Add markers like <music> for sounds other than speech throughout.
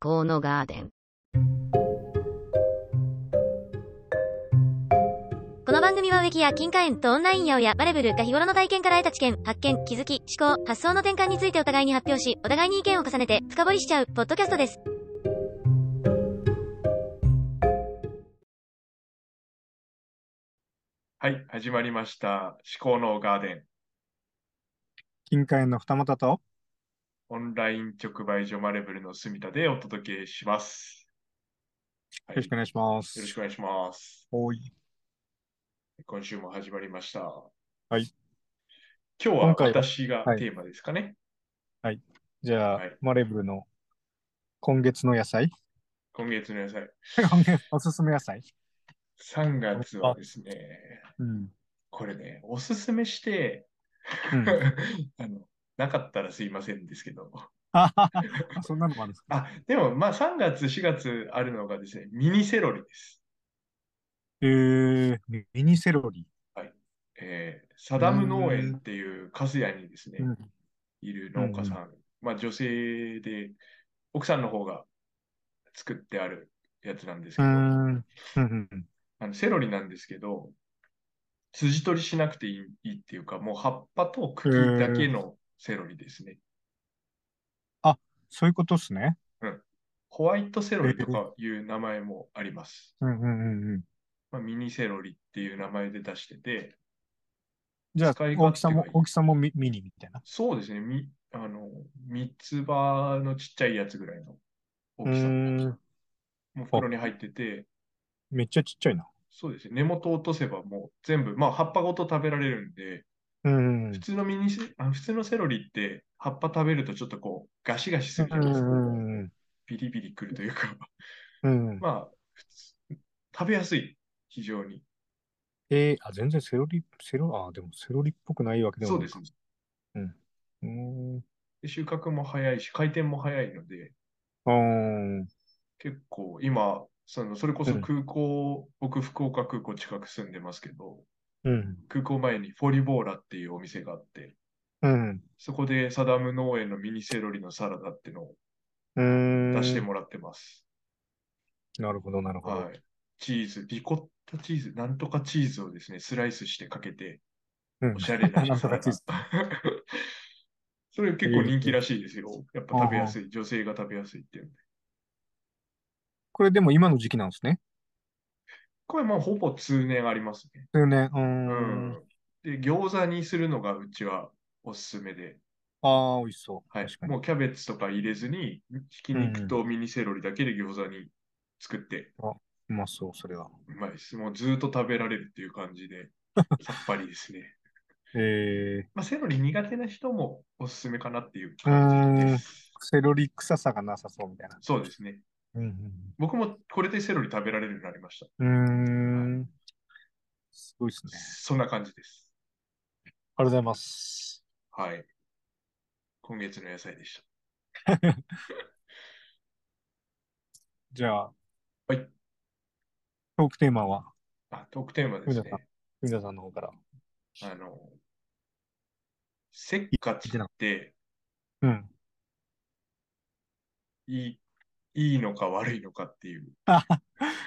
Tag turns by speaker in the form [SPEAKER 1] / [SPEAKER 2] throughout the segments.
[SPEAKER 1] 考のガーデン
[SPEAKER 2] この番組は植木や金貨園とオンラインややバレブルが日頃の体験から得た知見、発見、気づき、思考、発想の転換についてお互いに発表し、お互いに意見を重ねて深掘りしちゃう、ポッドキャストです。
[SPEAKER 3] はい、始まりました。思考のガーデン。
[SPEAKER 4] 金貨園の二股と、
[SPEAKER 3] オンライン直売所マレブルの住田でお届けします。は
[SPEAKER 4] よ
[SPEAKER 3] い、
[SPEAKER 4] ろしくお願いします。
[SPEAKER 3] よろしくお願いします。
[SPEAKER 4] おい。。
[SPEAKER 3] 今週も始まりました。はい今日は
[SPEAKER 4] 今回は
[SPEAKER 3] 私が
[SPEAKER 4] はい
[SPEAKER 3] テーマですかね。
[SPEAKER 4] じゃあ、
[SPEAKER 3] はい
[SPEAKER 4] マレブルの今月の
[SPEAKER 3] <laughs>
[SPEAKER 4] 野菜
[SPEAKER 3] 今月の野菜。
[SPEAKER 4] 今月おすすめ野菜
[SPEAKER 3] 3月はですね、
[SPEAKER 4] うん。
[SPEAKER 3] これね、おすすめして、
[SPEAKER 4] うん、
[SPEAKER 3] <laughs> あの、なかったらすいませんですけど。
[SPEAKER 4] あそんなのもあるんです
[SPEAKER 3] <laughs>
[SPEAKER 4] か
[SPEAKER 3] あ、でもまあ3月、4月あるのがですね、ミニセロリです。
[SPEAKER 4] えー、ミミニセロリ。
[SPEAKER 3] えーサダム農園っていう粕谷にですね、
[SPEAKER 4] うん
[SPEAKER 3] いる農家さん、まあ女性で、奥さんの方が作ってあるやつなんですけ
[SPEAKER 4] うー
[SPEAKER 3] ど、
[SPEAKER 4] ん。うんうん
[SPEAKER 3] あのセロリなんですけど、筋取りしなくていいいいっていうか、もう葉っぱと茎だけのセロリですね。
[SPEAKER 4] そういうことっすね。
[SPEAKER 3] ホワイトセロリとかいう名前もあります。
[SPEAKER 4] うんうんうんうん。
[SPEAKER 3] まあ、ミニセロリっていう名前で出してて、
[SPEAKER 4] じゃあ
[SPEAKER 3] 使い、勝手がいい
[SPEAKER 4] 大きさも、大きさもミミニみたいな。
[SPEAKER 3] そうですね、みあの三つ葉のちっちゃいやつぐらいの
[SPEAKER 4] う
[SPEAKER 3] 大きさ。
[SPEAKER 4] ーん。
[SPEAKER 3] もう袋に入ってて、
[SPEAKER 4] めっちゃちっちゃいな。
[SPEAKER 3] そうですね、根元を落とせばもう全部、まあ葉っぱごと食べられるんで、
[SPEAKER 4] うんうん
[SPEAKER 3] 普。通のミニセあ普通のセロリって葉っぱ食べるとちょっとこうガシガシするじゃ
[SPEAKER 4] う
[SPEAKER 3] ない
[SPEAKER 4] ん
[SPEAKER 3] です
[SPEAKER 4] う
[SPEAKER 3] か。
[SPEAKER 4] んうん
[SPEAKER 3] ビリビリくるというか、 <laughs>
[SPEAKER 4] うん。
[SPEAKER 3] まあ普通、食べやすい、非常に。
[SPEAKER 4] えー、あ、全然セロリ、セロ、あ、でもセロリっぽくないわけで
[SPEAKER 3] そ
[SPEAKER 4] も
[SPEAKER 3] う
[SPEAKER 4] な
[SPEAKER 3] で
[SPEAKER 4] い
[SPEAKER 3] す
[SPEAKER 4] か
[SPEAKER 3] ね。
[SPEAKER 4] うーん。う
[SPEAKER 3] で収穫も早いし、回転も早いので、
[SPEAKER 4] ーん。
[SPEAKER 3] 結構今、そのそれこそ
[SPEAKER 4] うん
[SPEAKER 3] 空港、僕、福岡空港近く住んでますけど、
[SPEAKER 4] うん。
[SPEAKER 3] 空港前にフォリボーラっていうお店があって、
[SPEAKER 4] うん。
[SPEAKER 3] そこでサダム農園のミニセロリのサラダってのを
[SPEAKER 4] うーん
[SPEAKER 3] 出してもらってます。
[SPEAKER 4] なるほど、なるほど。
[SPEAKER 3] はい。チーズ、リコッタチーズ、なんとかチーズをですね、スライスしてかけて、
[SPEAKER 4] うん
[SPEAKER 3] おしゃれな
[SPEAKER 4] <laughs> なん
[SPEAKER 3] サ
[SPEAKER 4] と
[SPEAKER 3] ラダ
[SPEAKER 4] かチーズ。
[SPEAKER 3] <laughs> それ結構人気らしいですよ。やっぱ食べやすい、女性が食べやすいっていうんで。
[SPEAKER 4] これでも今の時期なんですね。
[SPEAKER 3] これまあほぼ通年ありますね。
[SPEAKER 4] そうね。うー。
[SPEAKER 3] うんん。で、餃子にするのがうちはおすすめで、
[SPEAKER 4] ああ、美味しそう。
[SPEAKER 3] はい
[SPEAKER 4] 確。かに。
[SPEAKER 3] もうキャベツとか入れずに、ひき肉とミニセロリだけで餃子に作って、
[SPEAKER 4] うまそう、それは。
[SPEAKER 3] うまいです。もうずっと食べられるっていう感じ
[SPEAKER 4] <laughs>
[SPEAKER 3] で、さっぱりですね。
[SPEAKER 4] えー、
[SPEAKER 3] まあ、セロリ苦手な人もおすすめかなっていう感じです。
[SPEAKER 4] セロリ臭さがなさそうみたいな。
[SPEAKER 3] そうですね。
[SPEAKER 4] うん。
[SPEAKER 3] 僕もこれでセロリ食べられるようになりました。
[SPEAKER 4] うん。うーんすごいですね。
[SPEAKER 3] そんな感じです。
[SPEAKER 4] ありがとうございます。
[SPEAKER 3] はい。今月の野菜でした。
[SPEAKER 4] じゃあ、
[SPEAKER 3] はい。
[SPEAKER 4] トークテーマは、
[SPEAKER 3] あ、トークテーマですね。
[SPEAKER 4] 皆さんの方から。
[SPEAKER 3] あの、せっかちって
[SPEAKER 4] うん。
[SPEAKER 3] いいいいのか悪いのかっていう。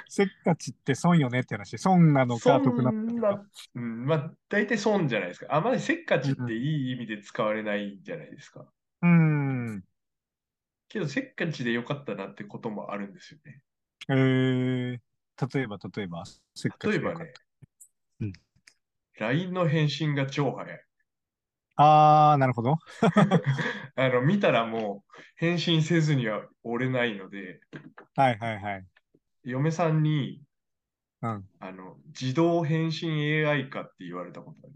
[SPEAKER 4] せっかちって損よねって話。損なのか、
[SPEAKER 3] 損
[SPEAKER 4] 得なのか。
[SPEAKER 3] は、うん、まあ、大体損じゃないですか。あまりせっかちっていい意味で使われないじゃないですか。
[SPEAKER 4] うーん。
[SPEAKER 3] けど、せっかちでよかったなってこともあるんですよね。
[SPEAKER 4] えー、例えば、例えば、せっかち
[SPEAKER 3] 例え
[SPEAKER 4] でよ
[SPEAKER 3] ば
[SPEAKER 4] かっ
[SPEAKER 3] ね
[SPEAKER 4] うん、
[SPEAKER 3] LINE の返信が超早い。 <laughs>
[SPEAKER 4] たああ、なるほど。
[SPEAKER 3] あの、見たらもう、返信せずには折れないので、
[SPEAKER 4] はいはいはい。
[SPEAKER 3] 嫁さんに、
[SPEAKER 4] うん
[SPEAKER 3] あの、自動返信 AI かって言われたこと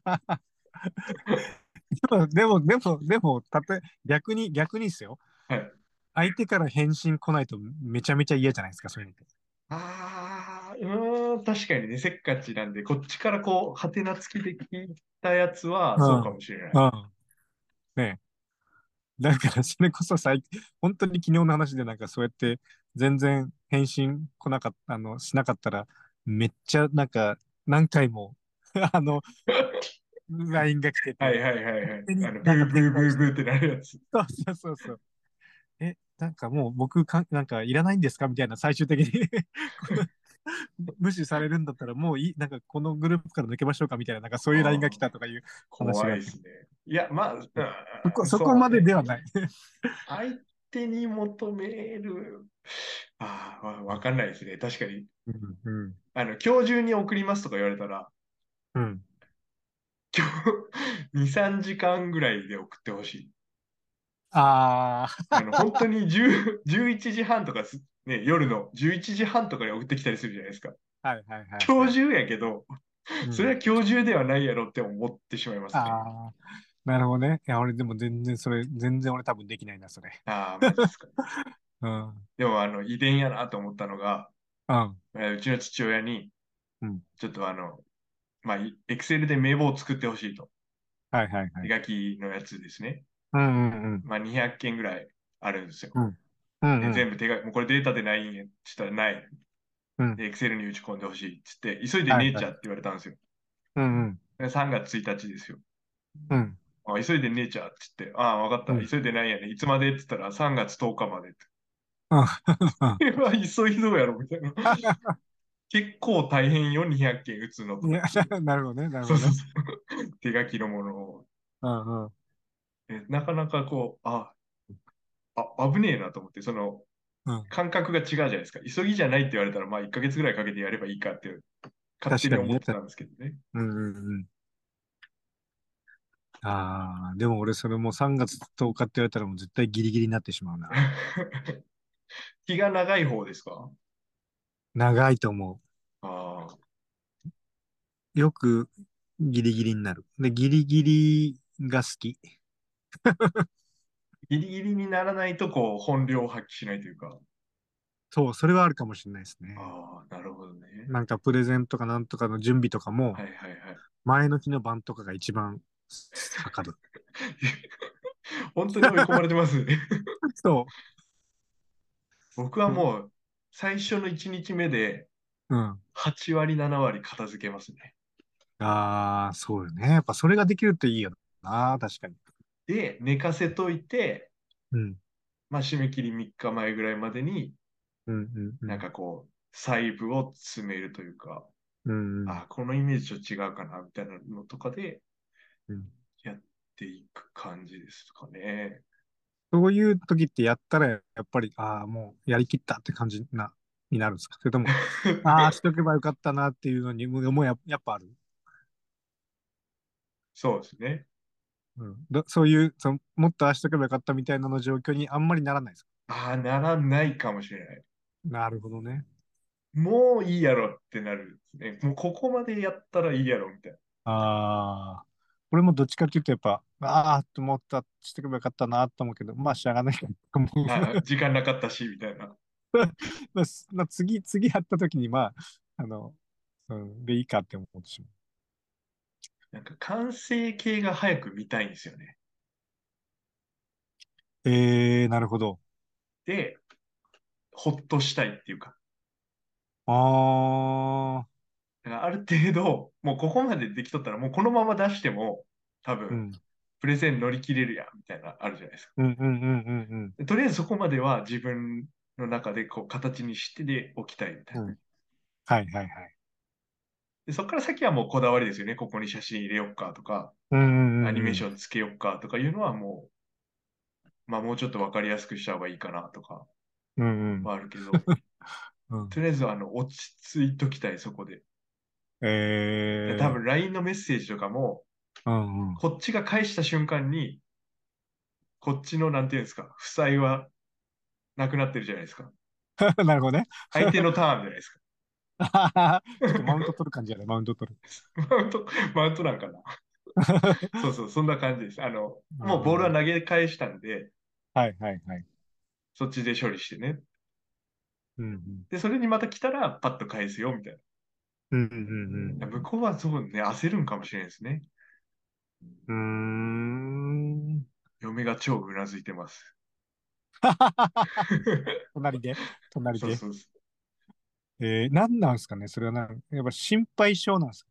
[SPEAKER 3] ある。
[SPEAKER 4] <laughs> でも、でも、でも、たとえ、逆に、逆にですよ。
[SPEAKER 3] はい
[SPEAKER 4] 相手から返信来ないとめちゃめちゃ嫌じゃないですか、そういうのって。
[SPEAKER 3] ああ、うーん、確かにね、せっかちなんで、こっちからこう、はてな付きで聞いたやつは、
[SPEAKER 4] うん
[SPEAKER 3] そうかもしれない。
[SPEAKER 4] うん。ねえ。だから、それこそ最近、本当に昨日の話でなんかそうやって、全然返信来なかった、あの、しなかったら、めっちゃなんか、何回も、 <laughs> あの、LINE が来てて、
[SPEAKER 3] はいはいはいはい。あの、ブ
[SPEAKER 4] なんか
[SPEAKER 3] ーブーブーブーってなるやつ。
[SPEAKER 4] そうそうそうそう。え、なんかもう僕かん、なんかいらないんですかみたいな最終的 <laughs> に無視されるんだったらもういい、なんかこのグループから抜けましょうかみたいな、なんかそういう LINE が来たとかいう、
[SPEAKER 3] 怖いですね。いや、まあ、うん
[SPEAKER 4] そこそこまでではない。
[SPEAKER 3] 相手に求める。ああ、わわかんないですね。確かに。
[SPEAKER 4] うんうん
[SPEAKER 3] あの、今日中に送りますとか言われたら、
[SPEAKER 4] うん。
[SPEAKER 3] 今日、2、3時間ぐらいで送ってほしい。
[SPEAKER 4] ああ、
[SPEAKER 3] あの、本当に10 11時半とかす、ね、夜の11時半とかに送ってきたりするじゃないですか。
[SPEAKER 4] はいはいはい。
[SPEAKER 3] 今日中やけど、
[SPEAKER 4] うん
[SPEAKER 3] それは今日中ではないやろって思ってしまいますね。
[SPEAKER 4] ああ、なるほどね。いや、俺でも全然それ、全然俺多分できないな、それ。
[SPEAKER 3] ああ、マジですか。
[SPEAKER 4] うん。
[SPEAKER 3] でも、あの、遺伝やなと思ったのが、
[SPEAKER 4] うん。
[SPEAKER 3] えーうちの父親に
[SPEAKER 4] うん、
[SPEAKER 3] ちょっとあの、まあ、エクセルで名簿を作ってほしいと。
[SPEAKER 4] はいはいは
[SPEAKER 3] 手
[SPEAKER 4] い。
[SPEAKER 3] 書きのやつですね。
[SPEAKER 4] うんうんうん。
[SPEAKER 3] まあ、200件ぐらいあるんですよ。
[SPEAKER 4] うん
[SPEAKER 3] で
[SPEAKER 4] うん、
[SPEAKER 3] 全部手が、もうこれデータでないんやって言ったらない。
[SPEAKER 4] うん
[SPEAKER 3] で、Excel に打ち込んでほしいっつって、急いでねえちゃって言われたんですよ。
[SPEAKER 4] うんうん。
[SPEAKER 3] で3月1日ですよ。
[SPEAKER 4] うん。
[SPEAKER 3] あ急いでねえちゃっつって、ああ、分かった、
[SPEAKER 4] うん
[SPEAKER 3] 急いでないやね。いつまでって言ったら3月10日までって。
[SPEAKER 4] う
[SPEAKER 3] えまあ急いど <laughs> うやろみ
[SPEAKER 4] <laughs>
[SPEAKER 3] たいな。結構大変よ、200件打つのと
[SPEAKER 4] ん。いや、 <laughs> なるほどね、なる
[SPEAKER 3] そ
[SPEAKER 4] ほ
[SPEAKER 3] う
[SPEAKER 4] ど
[SPEAKER 3] そうそ
[SPEAKER 4] ね。
[SPEAKER 3] う。手書きのものを。
[SPEAKER 4] うんうん。
[SPEAKER 3] えなかなかこう、あ、あ、危ねえなと思って、その
[SPEAKER 4] うん、
[SPEAKER 3] 感覚が違うじゃないですか。急ぎじゃないって言われたら、まあ、1ヶ月ぐらいかけてやればいいかって、勝手に思ってたんですけどね。
[SPEAKER 4] うんうんうん。ああ、でも俺それもう3月10日って言われたらもう絶対ギリギリになってしまうな。
[SPEAKER 3] <laughs> 気が長い方ですか
[SPEAKER 4] 長いと思
[SPEAKER 3] ああ、
[SPEAKER 4] う。よくギリギリになる。で、ギリギリが好き。
[SPEAKER 3] ギリギリにならないと、こう、本領を発揮しないというか。
[SPEAKER 4] そう、それはあるかもしれないですね。
[SPEAKER 3] ああ、なるほどね。
[SPEAKER 4] なんかプレゼントかなんとかの準備とかも
[SPEAKER 3] はい、はいはい。
[SPEAKER 4] 前の日の晩とかが一番
[SPEAKER 3] <laughs>
[SPEAKER 4] かかる。
[SPEAKER 3] 本当に追い込まれてます
[SPEAKER 4] <laughs>
[SPEAKER 3] ね。
[SPEAKER 4] そ
[SPEAKER 3] 僕はもう、最初の1日目で、
[SPEAKER 4] う。うん。
[SPEAKER 3] 8割、7割片付けますね。
[SPEAKER 4] ああ、そうよね。やっぱそれができるっていいよな。確かに。
[SPEAKER 3] で、寝かせといて、
[SPEAKER 4] うん。
[SPEAKER 3] まあ、締め切り3日前ぐらいまでに、
[SPEAKER 4] うんうんうん。
[SPEAKER 3] なんかこう、細部を詰めるというか、
[SPEAKER 4] うんうん。
[SPEAKER 3] あこのイメージと違うかな、みたいなのとかで
[SPEAKER 4] うん、
[SPEAKER 3] やっていく感じですかね。
[SPEAKER 4] そういう時ってやったら、やっぱり、ああ、もうやりきったって感じな、になるんですかそれとも、 <laughs> ああ、しとけばよかったなっていうのに、もうもうややっぱある。
[SPEAKER 3] <laughs> そうですね。
[SPEAKER 4] うん、どそういうその、もっとああしとけばよかったみたいなの状況にあんまりならないですか
[SPEAKER 3] ああ、ならないかもしれない。
[SPEAKER 4] なるほどね。
[SPEAKER 3] もういいやろってなるんですね。もうここまでやったらいいやろみたいな。
[SPEAKER 4] ああ。俺もどっちかっていうと、やっぱ、ああ、と思った、してけばよかったなと思うけど、まあ、しゃがないと思う。
[SPEAKER 3] あー時間なかったし、みたいな。
[SPEAKER 4] <laughs> まあすまあ次、次やった時に、まあ、あの、うん、でいいかって思ってしま
[SPEAKER 3] なんか完成形が早く見たいんですよね。
[SPEAKER 4] う。ええー、なるほど。
[SPEAKER 3] で、ほっとしたいっていうか。
[SPEAKER 4] ああ、
[SPEAKER 3] だからある程度、もうここまでできとったら、もうこのまま出しても、多
[SPEAKER 4] う
[SPEAKER 3] 分、
[SPEAKER 4] ん。
[SPEAKER 3] プレゼン乗り切れるやん、みたいな、あるじゃないですか。
[SPEAKER 4] うんうんうんうんうん。
[SPEAKER 3] でとりあえずそこまでは自分の中でこう形にしてでおきたいみたいな。
[SPEAKER 4] うんはいはいはい。
[SPEAKER 3] でそこから先はもうこだわりですよね。ここに写真入れよっかとか、
[SPEAKER 4] うんうんうん。
[SPEAKER 3] アニメーシ
[SPEAKER 4] ョン。
[SPEAKER 3] ョンつけよっかとかいうのはもう、まあもうちょっとわかりやすくした方がいいかなとか
[SPEAKER 4] うん
[SPEAKER 3] はあるけ
[SPEAKER 4] <laughs>
[SPEAKER 3] ど、
[SPEAKER 4] うん。うん、
[SPEAKER 3] とりあえずはあの落ち着いときたい、そこで。
[SPEAKER 4] えー。
[SPEAKER 3] 多分 LINE のメッセージとかも、
[SPEAKER 4] うんうん。
[SPEAKER 3] こっちが返した瞬間に、こっちのなんていうんですか、負債はなくなってるじゃないですか。
[SPEAKER 4] <laughs> なるほどね。
[SPEAKER 3] 相手のターンじゃないですか。 <laughs>
[SPEAKER 4] ちょっとマウント取る感じやね、マウント取る。
[SPEAKER 3] マウント、マウントなんか
[SPEAKER 4] <laughs>
[SPEAKER 3] な。そうそう、そんな感じです。あの、もうボールは投げ返したんで、
[SPEAKER 4] はいはいはい。
[SPEAKER 3] そっちで処理してね。
[SPEAKER 4] うんうん。
[SPEAKER 3] で、それにまた来たら、パッと返すよ、みたい
[SPEAKER 4] うんうん
[SPEAKER 3] な。向こうはそうね、焦るんかもしれないですね。
[SPEAKER 4] うん。うーん。
[SPEAKER 3] 嫁が超うなずいて
[SPEAKER 4] <laughs>
[SPEAKER 3] ます。
[SPEAKER 4] 隣で、隣
[SPEAKER 3] そう
[SPEAKER 4] で。
[SPEAKER 3] そうそう。
[SPEAKER 4] えー、何なんですかねそれはなんやっぱ心配性なんですか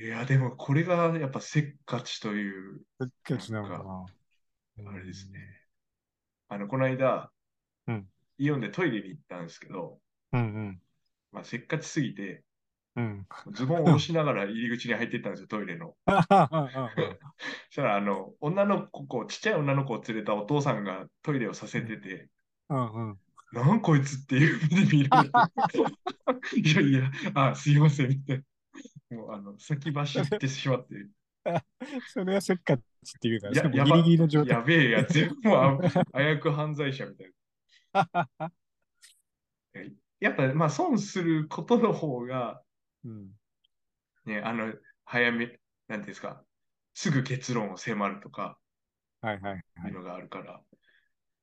[SPEAKER 3] いや、でもこれがやっぱせっかちという、
[SPEAKER 4] どっちなのかな
[SPEAKER 3] あれですね。。あの、この間、
[SPEAKER 4] うん
[SPEAKER 3] イオンでトイレに行ったんですけど、
[SPEAKER 4] うん
[SPEAKER 3] まあ、せっかちすぎ
[SPEAKER 4] <laughs>
[SPEAKER 3] て、
[SPEAKER 4] うん。
[SPEAKER 3] <laughs>
[SPEAKER 4] うん。
[SPEAKER 3] ズボンを押しながら入り口に入っていったんですよ、トイレの。そしたら、あの、女の子、こう、ちっちゃい女の子を連れたお父さんがトイレをさせてて、
[SPEAKER 4] うんうん。
[SPEAKER 3] なんこいつっていう目で見られて、いやいや、あ、すいません、みたいな。もう、あの、先走ってしまって、
[SPEAKER 4] それはせっかちっていうか、
[SPEAKER 3] や
[SPEAKER 4] しかも
[SPEAKER 3] や
[SPEAKER 4] ギ
[SPEAKER 3] ば
[SPEAKER 4] リギリの状態。
[SPEAKER 3] やべえ <laughs> やつ、もう、あ危うく犯罪者みたいな。やっぱ、まあ、損することの方が、
[SPEAKER 4] <laughs> うん。
[SPEAKER 3] ね、あの、早め、なんていうんですか、すぐ結論を迫るとか、。
[SPEAKER 4] はいはいはいいう
[SPEAKER 3] のがあるから、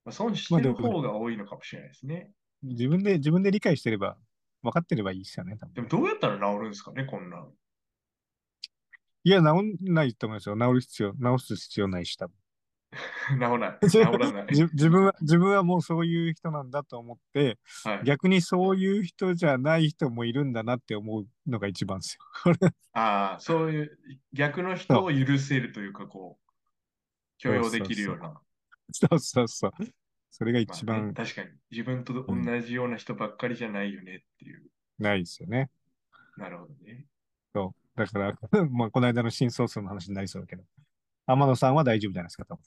[SPEAKER 3] まあ、損してる方が多いのかもしれないですね。
[SPEAKER 4] 自分で、自分で理解してれば、分かってればいいですよね、多
[SPEAKER 3] で
[SPEAKER 4] 分
[SPEAKER 3] も、。どうやったら治るんですかね、こんなん。
[SPEAKER 4] いや、治んないと思いますよ。治る必要、治す必要ないし、多分。
[SPEAKER 3] <laughs> 治らない。治らない。
[SPEAKER 4] じ自分は、自分はもうそういう人なんだと思って、
[SPEAKER 3] はい、
[SPEAKER 4] 逆にそういう人じゃない人もいるんだなって思うのが一番ですよ。 <laughs> これ
[SPEAKER 3] ああ、そういう逆の人を許せるというか、こう、許容できるような。
[SPEAKER 4] そうそうそう。それが一
[SPEAKER 3] まあね
[SPEAKER 4] 番
[SPEAKER 3] 確かに、自分と同じような人ばっかりじゃないよねっていう。
[SPEAKER 4] ないですよね。
[SPEAKER 3] なるほどね。 <laughs>
[SPEAKER 4] そう。だから、 <laughs> まあ、この間の真相数の話になりそうだけど、天野さんは大丈夫じゃないですか、多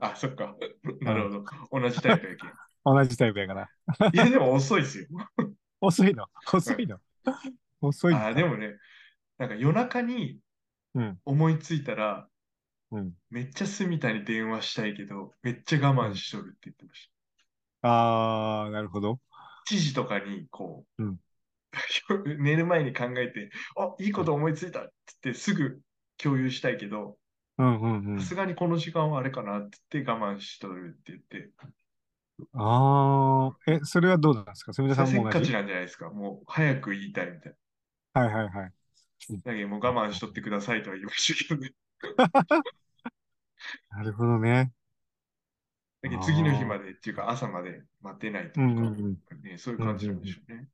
[SPEAKER 3] あ、そっか。 <laughs> なるほど。同じタイプやけん。
[SPEAKER 4] 分。同じタイプやから。
[SPEAKER 3] いや、でも遅いですよ。
[SPEAKER 4] 遅いの。遅いの。遅いの。
[SPEAKER 3] あーでもね、なんか夜中に
[SPEAKER 4] うん
[SPEAKER 3] 思いついたら、
[SPEAKER 4] うん。
[SPEAKER 3] めっちゃスミタに電話したいけど、めっちゃ我慢しとるって言ってまし
[SPEAKER 4] あー、なるほど。
[SPEAKER 3] た。知事とかに、こう、
[SPEAKER 4] うん
[SPEAKER 3] <laughs> 寝る前に考えて、あ、いいこと思いついたっつってすぐ共有したいけど、
[SPEAKER 4] うんうんうん
[SPEAKER 3] さ。すがにこの時間はあれかなって言って我慢しとるって言って、
[SPEAKER 4] あー、え、それはどうなんですかすみれ
[SPEAKER 3] そ
[SPEAKER 4] さ
[SPEAKER 3] れ
[SPEAKER 4] ん
[SPEAKER 3] せっ
[SPEAKER 4] も同
[SPEAKER 3] かち
[SPEAKER 4] じ。
[SPEAKER 3] なんじゃないですか。もう早く言いたいみたい
[SPEAKER 4] はいはいはい。
[SPEAKER 3] な。だけどもう我慢しとってくださいとは言いましたけどね。
[SPEAKER 4] なるほどね。
[SPEAKER 3] だけど次の日までっていうか朝まで待てないと
[SPEAKER 4] う
[SPEAKER 3] い
[SPEAKER 4] んうん
[SPEAKER 3] う
[SPEAKER 4] うん。
[SPEAKER 3] か、ね、そういう感じなんでしょうね。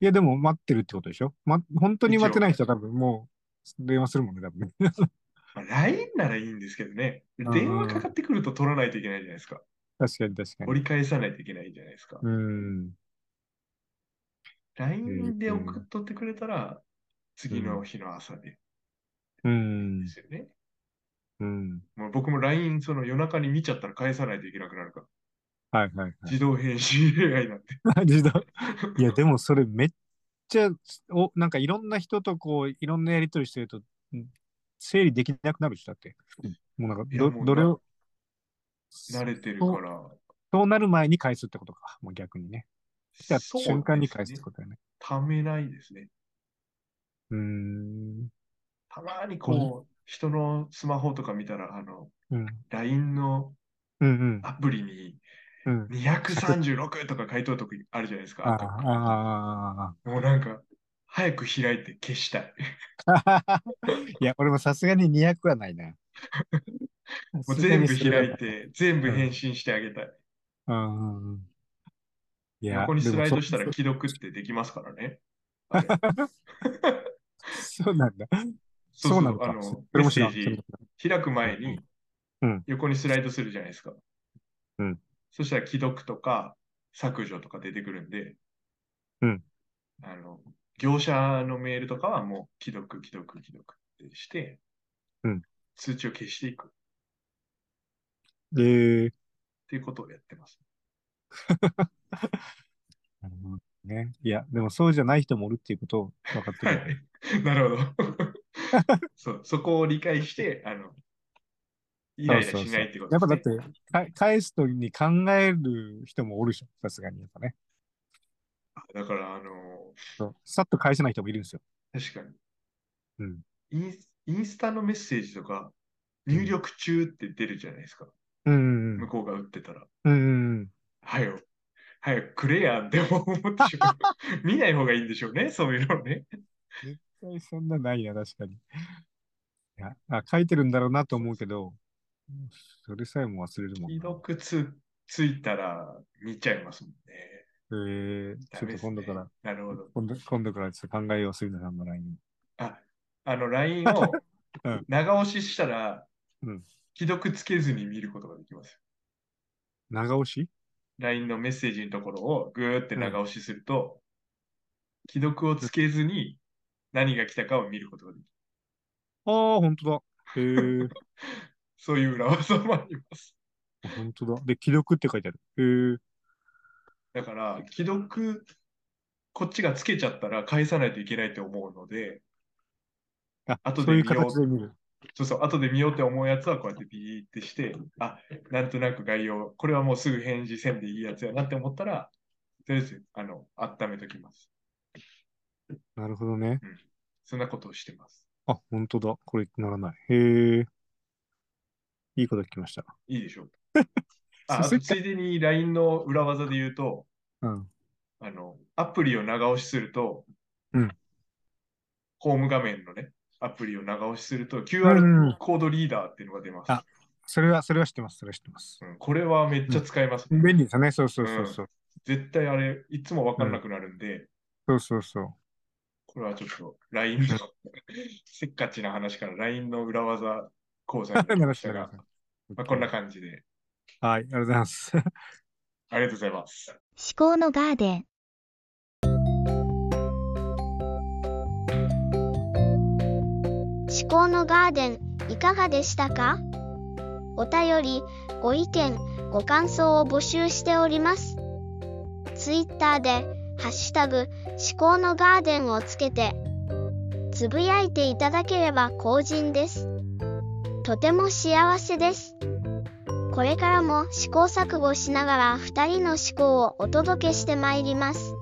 [SPEAKER 4] いや、でも待ってるってことでしょ、ま、本当に待てない人は多分もう電話するもんね、多 <laughs> 分ね。
[SPEAKER 3] まあ、LINE ならいいんですけどね、
[SPEAKER 4] ん
[SPEAKER 3] 電話かかってくると取らないといけないじゃないですか。
[SPEAKER 4] 確かに確かに。
[SPEAKER 3] 折り返さないといけないじゃないですか。
[SPEAKER 4] うん。
[SPEAKER 3] LINE で送っとってくれたら、次の日の朝で
[SPEAKER 4] うん
[SPEAKER 3] で。すよね。
[SPEAKER 4] うん。
[SPEAKER 3] もう僕も LINE、その夜中に見ちゃったら返さないといけなくなるから、
[SPEAKER 4] はいはい
[SPEAKER 3] 自動返信 AI なんて。
[SPEAKER 4] はい。自動。いや、でもそれめっちゃ、お、なんかいろんな人とこう、いろんなやりとりしてると、ん整理できなくなる人だって。もうなんか
[SPEAKER 3] いや
[SPEAKER 4] ど、
[SPEAKER 3] もう
[SPEAKER 4] どれを、
[SPEAKER 3] 慣れてるから。
[SPEAKER 4] そうなる前に返すってことか。もう逆にね。来た
[SPEAKER 3] そう
[SPEAKER 4] 瞬間に返すっ
[SPEAKER 3] で
[SPEAKER 4] て
[SPEAKER 3] ね
[SPEAKER 4] ことだよね。
[SPEAKER 3] ためないですね。
[SPEAKER 4] うーん。
[SPEAKER 3] たまにこう、人のスマホとか見たら、あの、
[SPEAKER 4] うん。
[SPEAKER 3] LINE の
[SPEAKER 4] うんうん。
[SPEAKER 3] アプリに
[SPEAKER 4] うん。
[SPEAKER 3] 236とか回答とかあるじゃないですか。
[SPEAKER 4] ああ、ああ。
[SPEAKER 3] もうなんか、早く開いて消したい。
[SPEAKER 4] <laughs> いや、俺もさすがに200はない
[SPEAKER 3] <laughs>
[SPEAKER 4] な。
[SPEAKER 3] もう全部開い
[SPEAKER 4] て。
[SPEAKER 3] て、全部返信してあげたい。
[SPEAKER 4] うんうんうん。いや、
[SPEAKER 3] 横にスライド
[SPEAKER 4] でもそ
[SPEAKER 3] したら既読ってできますからね。
[SPEAKER 4] そうなんだ。そうなの
[SPEAKER 3] あ
[SPEAKER 4] か。
[SPEAKER 3] の
[SPEAKER 4] そ、
[SPEAKER 3] メ
[SPEAKER 4] れ
[SPEAKER 3] ッ
[SPEAKER 4] も知
[SPEAKER 3] セー
[SPEAKER 4] らん。それ
[SPEAKER 3] ジ
[SPEAKER 4] も
[SPEAKER 3] 開く前に
[SPEAKER 4] うん、
[SPEAKER 3] 横にスライドするじゃないですか。
[SPEAKER 4] うん
[SPEAKER 3] そしたら既読とか削除とか出てくるんで、
[SPEAKER 4] うん
[SPEAKER 3] あの、業者のメールとかはもう既読、既読、既読ってして、
[SPEAKER 4] うん
[SPEAKER 3] 通知を消していくっ
[SPEAKER 4] 知らんえー
[SPEAKER 3] ていうことをやってます。
[SPEAKER 4] なるほどね。いや、でもそうじゃない人もおるっていうことを分かって
[SPEAKER 3] は
[SPEAKER 4] る。
[SPEAKER 3] い。 <laughs> なるほど。そう、そこを理解して、
[SPEAKER 4] <laughs>
[SPEAKER 3] あの、イライラしないってこと
[SPEAKER 4] やっぱだっ
[SPEAKER 3] です
[SPEAKER 4] て、か返すときに考える人もおるでしょ。さすがに。やっぱ
[SPEAKER 3] ね。
[SPEAKER 4] ね。
[SPEAKER 3] だから、あの
[SPEAKER 4] そうさっと返せない人もいるんですよ。
[SPEAKER 3] 確かに、
[SPEAKER 4] うん
[SPEAKER 3] インス。インスタのメッセージとか、入力中って出るじゃないですか。
[SPEAKER 4] うんうん
[SPEAKER 3] 向こうが打ってたら。
[SPEAKER 4] うん。うんうん。
[SPEAKER 3] はよ、はよ、くれやんって思って
[SPEAKER 4] <laughs>
[SPEAKER 3] しまう。見ない方がいいんでしょうね、そういうのね。
[SPEAKER 4] 絶対そんなないな、確かに。いやあ書いてるんだろうなと思うけど、それさえも忘れるもん
[SPEAKER 3] 既
[SPEAKER 4] な。
[SPEAKER 3] 読つついたら見ちゃいますもんね。
[SPEAKER 4] えー、
[SPEAKER 3] ダ
[SPEAKER 4] ちょ
[SPEAKER 3] メで
[SPEAKER 4] っと
[SPEAKER 3] すね
[SPEAKER 4] 今度から、。
[SPEAKER 3] なるほど。
[SPEAKER 4] 今度今度からちょっと考えようするな、あんまない
[SPEAKER 3] あの、LINE を
[SPEAKER 4] <laughs> うん
[SPEAKER 3] 長押ししたら
[SPEAKER 4] うん、
[SPEAKER 3] 既読つけずに見ることができますよ。
[SPEAKER 4] 長押し
[SPEAKER 3] LINE のメッセージのところをぐーって長押しすると、既読をつけずに何が来たかを見ることができる。
[SPEAKER 4] ああ、本当だ。
[SPEAKER 3] <laughs>
[SPEAKER 4] へえ。
[SPEAKER 3] そういう裏技もあります。
[SPEAKER 4] 本当だ。で、既読って書いてある。
[SPEAKER 3] だから、既読、こっちがつけちゃったら返さないといけないと思うので、
[SPEAKER 4] へえ。あ、
[SPEAKER 3] 後で
[SPEAKER 4] そういう
[SPEAKER 3] 見よう
[SPEAKER 4] 形で見る。
[SPEAKER 3] そうそう、後で見ようって思うやつはこうやってピーってして、あ、なんとなく概要、これはもうすぐ返事せんでいいやつやなって思ったら、とりあえず、あの、温めときます。
[SPEAKER 4] なるほどね。
[SPEAKER 3] そんなことをしてます。
[SPEAKER 4] あ、本当だ。これならない。へえ。いいこと聞きました。
[SPEAKER 3] いいでし
[SPEAKER 4] <laughs>
[SPEAKER 3] ょう。ああ
[SPEAKER 4] そ
[SPEAKER 3] と
[SPEAKER 4] う
[SPEAKER 3] ついでに LINE の裏技で言うと、
[SPEAKER 4] うん。
[SPEAKER 3] あの、アプリを長押しすると、
[SPEAKER 4] うん
[SPEAKER 3] ホーム画面のね、アプリを長押しすると、
[SPEAKER 4] うんう
[SPEAKER 3] QR
[SPEAKER 4] ん
[SPEAKER 3] コードリーダーっていうのが出ます。
[SPEAKER 4] あそれは、それは知ってます。それは知ってます。
[SPEAKER 3] うん、これはめっちゃ使えます。
[SPEAKER 4] 便利ですよね。そうそうそうそう。
[SPEAKER 3] 絶対あれ、いつもわかんなくなるんで、
[SPEAKER 4] そうそうそう。
[SPEAKER 3] これはちょっと LINE の、 <laughs> せっかちな話から LINE の裏技講
[SPEAKER 4] <laughs>
[SPEAKER 3] 座になりましたが
[SPEAKER 4] な、
[SPEAKER 3] まあ、こんな感じで、
[SPEAKER 4] はい、ありがとうございます。
[SPEAKER 3] ありがとうございます。
[SPEAKER 2] 思考のガーデン。
[SPEAKER 1] 思考のガーデンいかがでしたかお便りご意見ご感想を募集しておりますツイッターで「ハッシュタグ思考のガーデン」をつけてつぶやいていただければ幸甚ですとても幸せですこれからも試行錯誤しながら2人の思考をお届けしてまいります